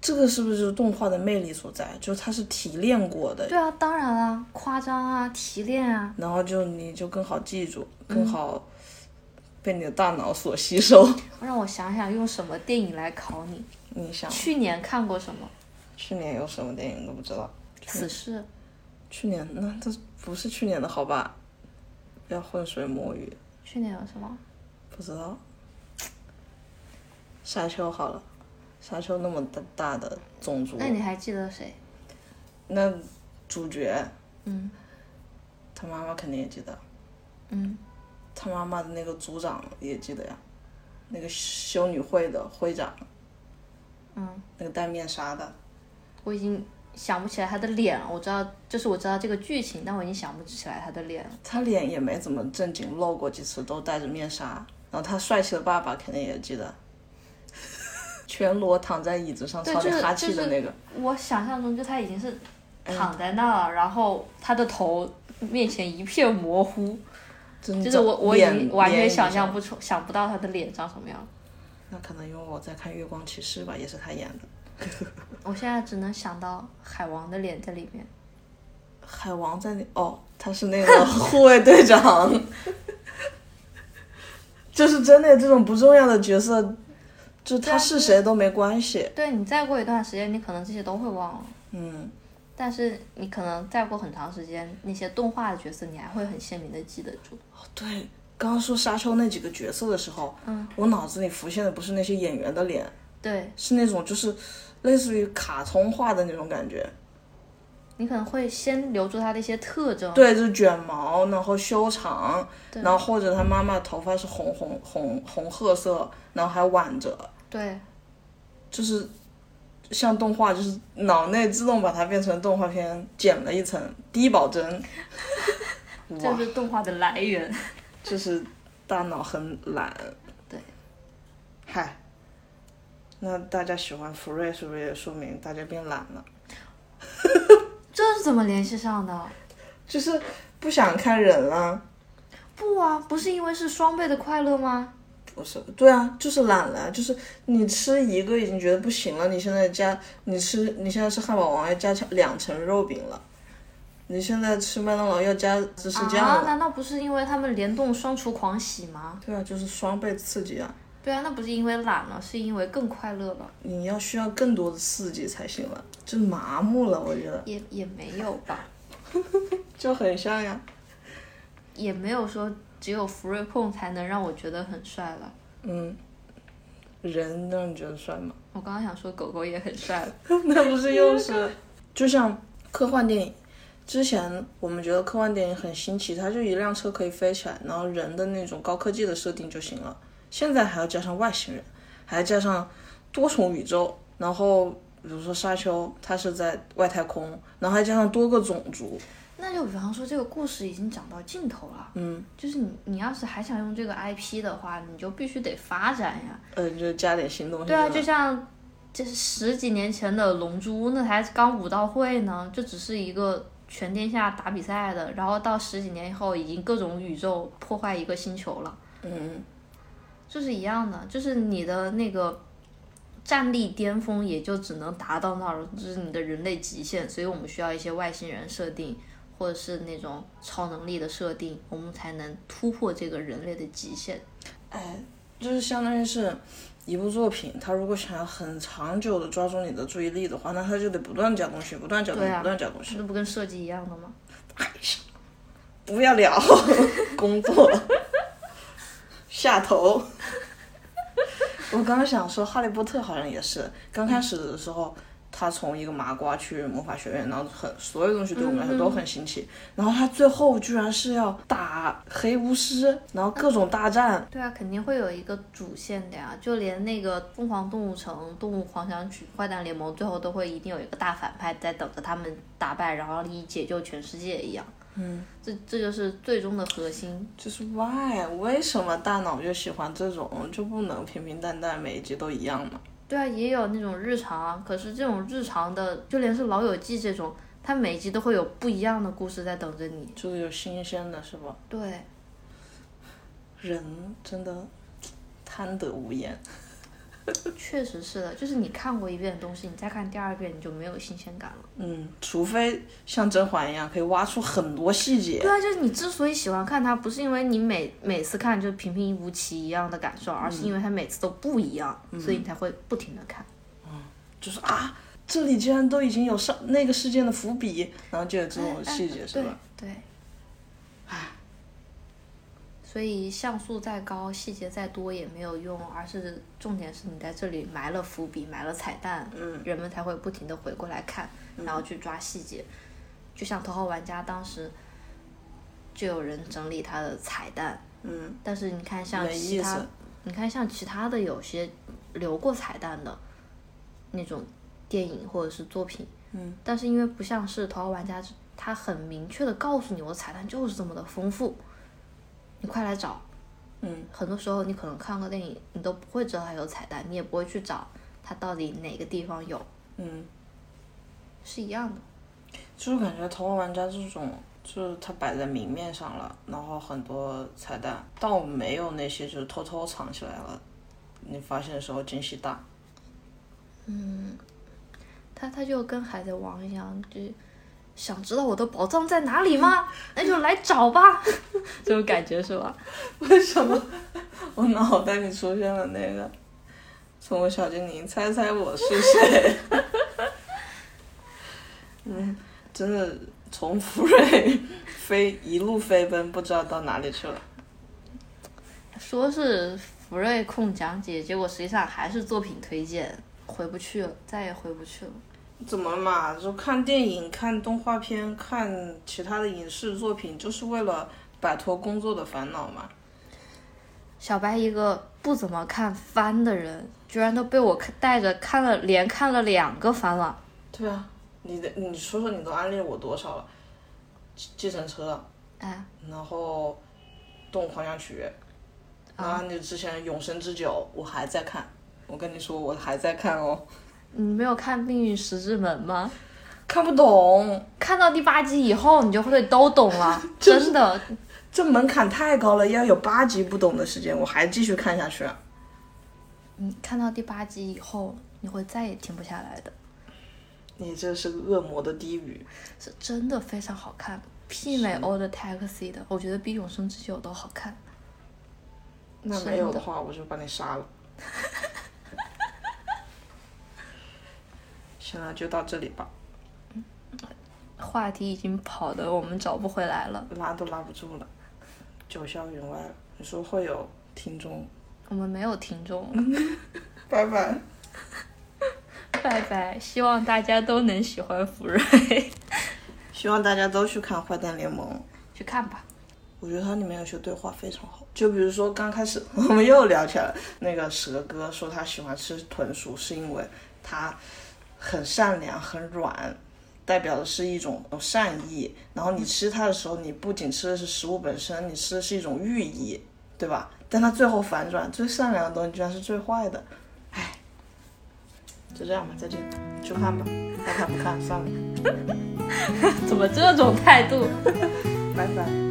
这个是不是就是动画的魅力所在？就是它是提炼过的，对啊，当然啦，夸张啊，提炼啊，然后就你就更好记住，更好被你的大脑所吸收。 让我想想用什么电影来考你。你想，去年看过什么？去年有什么电影都不知道？死侍。去年那这不是去年的好吧？不要浑水摸鱼，去年有什么？不知道。沙丘好了，沙丘那么大大的种族，那你还记得谁？那主角嗯他妈妈肯定也记得。嗯，他妈妈的那个组长也记得呀，那个修女会的会长，嗯，那个戴面纱的，我已经想不起来他的脸了，我知道，就是我知道这个剧情，但我已经想不起来他的脸了。他脸也没怎么正经露过几次，都戴着面纱。然后他帅气的爸爸肯定也记得，全裸躺在椅子上对操就你是哈气的那个。我想象中就他已经是躺在那了，然后他的头面前一片模糊，真就是的我我已脸经完全脸想一下象不出想不到他的脸长什么样。那可能因为我在看《月光骑士》吧，也是他演的。我现在只能想到海王的脸在里面。海王在那哦，他是那 个护卫队长，就是真的这种不重要的角色，就对啊他是谁都没关系。对你再过一段时间，你可能这些都会忘了，嗯，但是你可能再过很长时间，那些动画的角色你还会很鲜明的记得住。哦对，刚刚说沙丘那几个角色的时候，嗯，我脑子里浮现的不是那些演员的脸，对是那种就是类似于卡通化的那种感觉。你可能会先留住他的一些特征。对，就是卷毛，然后修长，对然后或者他妈妈头发是红红红红褐色，然后还挽着，对就是像动画，就是脑内自动把它变成动画片，剪了一层低保真，这就是动画的来源。就是大脑很懒。对，嗨，那大家喜欢福瑞是不是也说明大家变懒了？这是怎么联系上的？就是不想看人了、不啊，不是因为是双倍的快乐吗？不是，对啊，就是懒了，就是你吃一个已经觉得不行了，你现在加你吃，你现在吃汉堡王要加成两层肉饼了，你现在吃麦当劳要加芝士酱啊，了，难道不是因为他们联动双厨狂喜吗？对啊，就是双倍刺激啊，对啊，那不是因为懒了，是因为更快乐了。你要需要更多的刺激才行了，就是麻木了，我觉得也也没有吧，就很像呀，也没有说只有福瑞控才能让我觉得很帅了。嗯，人让你觉得帅吗？ 我刚刚想说狗狗也很帅了，那不是又是， 就像科幻电影。之前我们觉得科幻电影很新奇，它就一辆车可以飞起来，然后人的那种高科技的设定就行了。现在还要加上外星人，还要加上多重宇宙，然后比如说沙丘，它是在外太空，然后还加上多个种族，那就比方说这个故事已经讲到尽头了，嗯，就是你你要是还想用这个 IP 的话，你就必须得发展呀。呃，就加点新东西对进来。啊，就像这是十几年前的《龙珠》，那才刚武道会呢，就只是一个全天下打比赛的，然后到十几年以后，已经各种宇宙破坏一个星球了，嗯，就是一样的，就是你的那个。战力巅峰也就只能达到那儿，就是你的人类极限，所以我们需要一些外星人设定，或者是那种超能力的设定，我们才能突破这个人类的极限。哎，就是相当于是一部作品，它如果想要很长久的抓住你的注意力的话，那它就得不断加东西，不断加东西，对啊不断加东西。这不跟设计一样的吗？不要聊 工作，下头。我刚刚想说，《哈利波特》好像也是刚开始的时候，他从一个麻瓜去魔法学院，然后很所有东西对我们来说都很新嗯奇，然后他最后居然是要打黑巫师，然后各种大战，对啊，肯定会有一个主线的呀，就连那个《疯狂动物城》《动物狂想曲》《坏蛋联盟》最后都会一定有一个大反派在等着他们打败，然后以解救全世界一样。嗯，这这就是最终的核心。就是 why 为什么大脑就喜欢这种，就不能平平淡淡每一集都一样吗？对啊，也有那种日常啊，可是这种日常的，就连是《老友记》这种，它每集都会有不一样的故事在等着你。就是有新鲜的，是吧？对，人真的贪得无厌。确实是的，就是你看过一遍的东西，你再看第二遍，你就没有新鲜感了。嗯，除非像甄嬛一样可以挖出很多细节。对啊，就是你之所以喜欢看它，不是因为你每每次看就平平无奇一样的感受，而是嗯因为它每次都不一样，所以你才会不停的看。就是啊，这里竟然都已经有上那个事件的伏笔，然后就有这种细节，是吧？哎对。对。所以像素再高，细节再多也没有用，而是重点是你在这里埋了伏笔，埋了彩蛋，嗯，人们才会不停的回过来看，然后去抓细节。就像《头号玩家》当时就有人整理他的彩蛋，嗯，但是你看像没其意他思。你看，像其他的有些留过彩蛋的那种电影或者是作品，嗯，但是因为不像是《头号玩家》，他很明确的告诉你，我的彩蛋就是这么的丰富，你快来找。嗯，很多时候你可能看个电影，你都不会知道它有彩蛋，你也不会去找它到底哪个地方有，嗯，是一样的。就是感觉《头号玩家》这种，就是它摆在明面上了，然后很多彩蛋，倒没有那些就是偷偷藏起来了，你发现的时候惊喜大。他他就跟海贼王一样，就是想知道我的宝藏在哪里吗？ 那就来找吧， 这种感觉是吧？为什么 我脑袋里出现了那个《宠物小精灵》？猜猜我是谁？ 嗯，真的从福瑞飞一路飞奔，不知道到哪里去了。说是福瑞控讲解，结果实际上还是作品推荐，回不去了，再也回不去了。怎么了嘛？就看电影、看动画片、看其他的影视作品，就是为了摆脱工作的烦恼嘛。小白一个不怎么看番的人，居然都被我看带着看了，连看了两个番了。对啊，你的你说说，你都安利我多少了？计计程车，哎，然后《动物狂想曲》，然后你之前《永生之酒》，我还在看。我跟你说，我还在看哦，你没有看《命运石之门》吗？看不懂，看到第八集以后，你就会都懂了，真的。这门槛太高了，要有八集不懂的时间，我还继续看下去。啊你嗯看到第八集以后，你会再也停不下来的，你这是恶魔的低语，是真的非常好看，媲美《Old Taxi》的，我觉得比《永生之酒》都好看。那没有的话，我就把你杀了。 行了，就到这里吧，话题已经跑的我们找不回来了，拉都拉不住了，九霄云外了。你说会有听众？我们没有听众，拜拜。拜拜！希望大家都能喜欢福瑞，希望大家都去看《坏蛋联盟》。 去看吧。我觉得它里面有些对话非常好，就比如说刚开始 我们又聊起来了，那个蛇哥说他喜欢吃豚鼠是因为它很善良、很软，代表的是一种善意。然后你吃它的时候，你不仅吃的是食物本身，你吃的是一种寓意，对吧？但它最后反转，最善良的东西居然是最坏的，哎唉，就这样吧，再见，去看吧，爱看不看算了，怎么这种态度？拜拜。